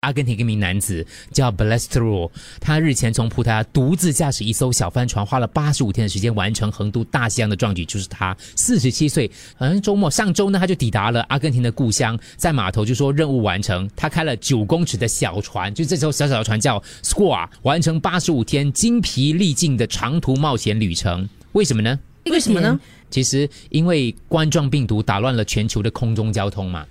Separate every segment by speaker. Speaker 1: 阿根廷一名男子叫 Balestro，他日前从葡萄牙独自驾驶一艘小帆船，花了八十五天的时间完成横渡大西洋的壮举，就是他。四十七岁，好像周末上周呢，他就抵达了阿根廷的故乡，在码头就说任务完成。他开了九公尺的小船，就这艘小小的船叫 Squaw，完成八十五天精疲力尽的长途冒险旅程。为什么呢？
Speaker 2: 为什么呢？
Speaker 1: 其实因为冠状病毒打乱了全球的空中交通嘛，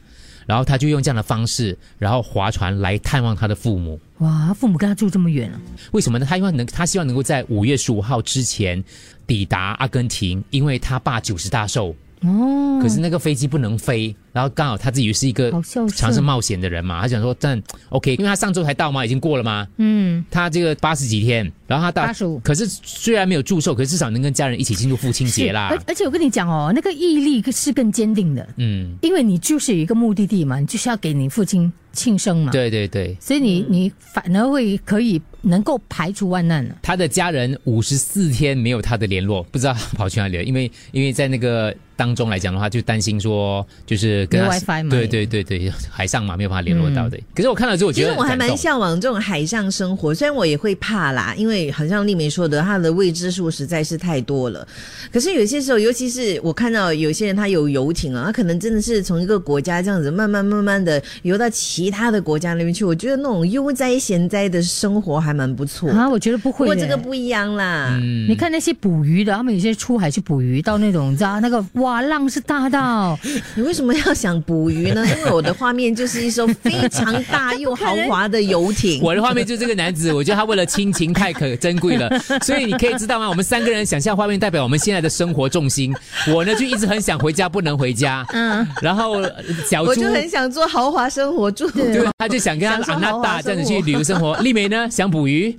Speaker 1: 然后他就用这样的方式，然后划船来探望他的父母。
Speaker 2: 哇，他父母跟他住这么远啊！
Speaker 1: 为什么呢？他因为能，他希望能够在五月十五号之前抵达阿根廷，因为他爸九十大寿。
Speaker 2: 哦，
Speaker 1: 可是那个飞机不能飞，然后刚好他自己是一个
Speaker 2: 好孝顺
Speaker 1: 尝试冒险的人嘛，他想说，但 OK，因为他上周才到嘛，已经过了嘛，
Speaker 2: 嗯，
Speaker 1: 他这个八十几天，然后他到
Speaker 2: 85
Speaker 1: 可是虽然没有祝寿，可是至少能跟家人一起庆祝父亲节啦
Speaker 2: 是而，而且我跟你讲哦，那个毅力是更坚定的，
Speaker 1: 嗯，
Speaker 2: 因为你就是有一个目的地嘛，你就是要给你父亲庆生
Speaker 3: 啊
Speaker 2: 嘛，，
Speaker 1: 对对对。
Speaker 2: 所以你你反而会可以能够排除万难了、啊
Speaker 1: 他的家人五十四天没有他的联络，不知道他跑去哪里了。因为 因为在那个当中来讲的话，就担心说就是跟他
Speaker 2: 没有 WiFi 嘛
Speaker 1: 对对对对，海上嘛没有办法联络到的。可是我看了之后，我
Speaker 3: 嗯其
Speaker 1: 觉
Speaker 3: 实
Speaker 1: 得
Speaker 3: 我还
Speaker 1: 很感
Speaker 3: 蛮
Speaker 1: 动
Speaker 3: 向往这种海上生活，虽然我也会怕啦，因为好像丽梅说的，它的未知数实在是太多了。可是有些时候，尤其是我看到有些人他有游艇啊，他可能真的是从一个国家这样子慢慢慢慢的游到其他的国家那边去，我觉得那种悠哉闲哉的生活还蛮不错。
Speaker 2: 啊！我觉得不
Speaker 3: 不
Speaker 2: 会
Speaker 3: 过
Speaker 2: 的，
Speaker 3: 这个不一样啦，
Speaker 2: 你看那些捕鱼的，他们有些出海去捕鱼，到那种你知道那个哇浪是大到，
Speaker 3: 你为什么要想捕鱼呢？因为我的画面就是 一艘非常大又豪华的游 艇。
Speaker 1: 我的画面就是这个男子，我觉得他为了亲情太可珍贵了，所以你可以知道吗？我们三个人想象画面代表我们现在的生活重心。我呢就一直很想回家，不能回家。嗯，然后呃小
Speaker 3: 我
Speaker 1: 猪
Speaker 3: 就。很想做豪华生活住。
Speaker 1: 对，他就想跟他
Speaker 3: 享受
Speaker 1: 安娜
Speaker 3: 豪
Speaker 1: 达
Speaker 3: 华
Speaker 1: 这样子
Speaker 3: 生
Speaker 1: 去
Speaker 3: 活
Speaker 1: 旅游生活。丽梅呢，想捕鱼。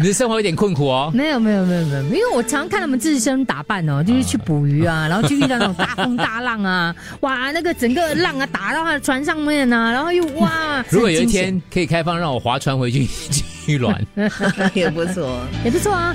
Speaker 1: 你的生活有点困苦哦。
Speaker 2: 没有没有没有没有，因为我常看他们自身打扮哦，就是去捕鱼啊，然后就遇到那种大风大浪啊，哇，那个整个浪啊打到他的船上面啊，然后又哇，
Speaker 1: 如果有一
Speaker 2: 真惊险
Speaker 1: 天可以开放让我划船回去去卵。
Speaker 3: 也不错。
Speaker 2: 也不错啊，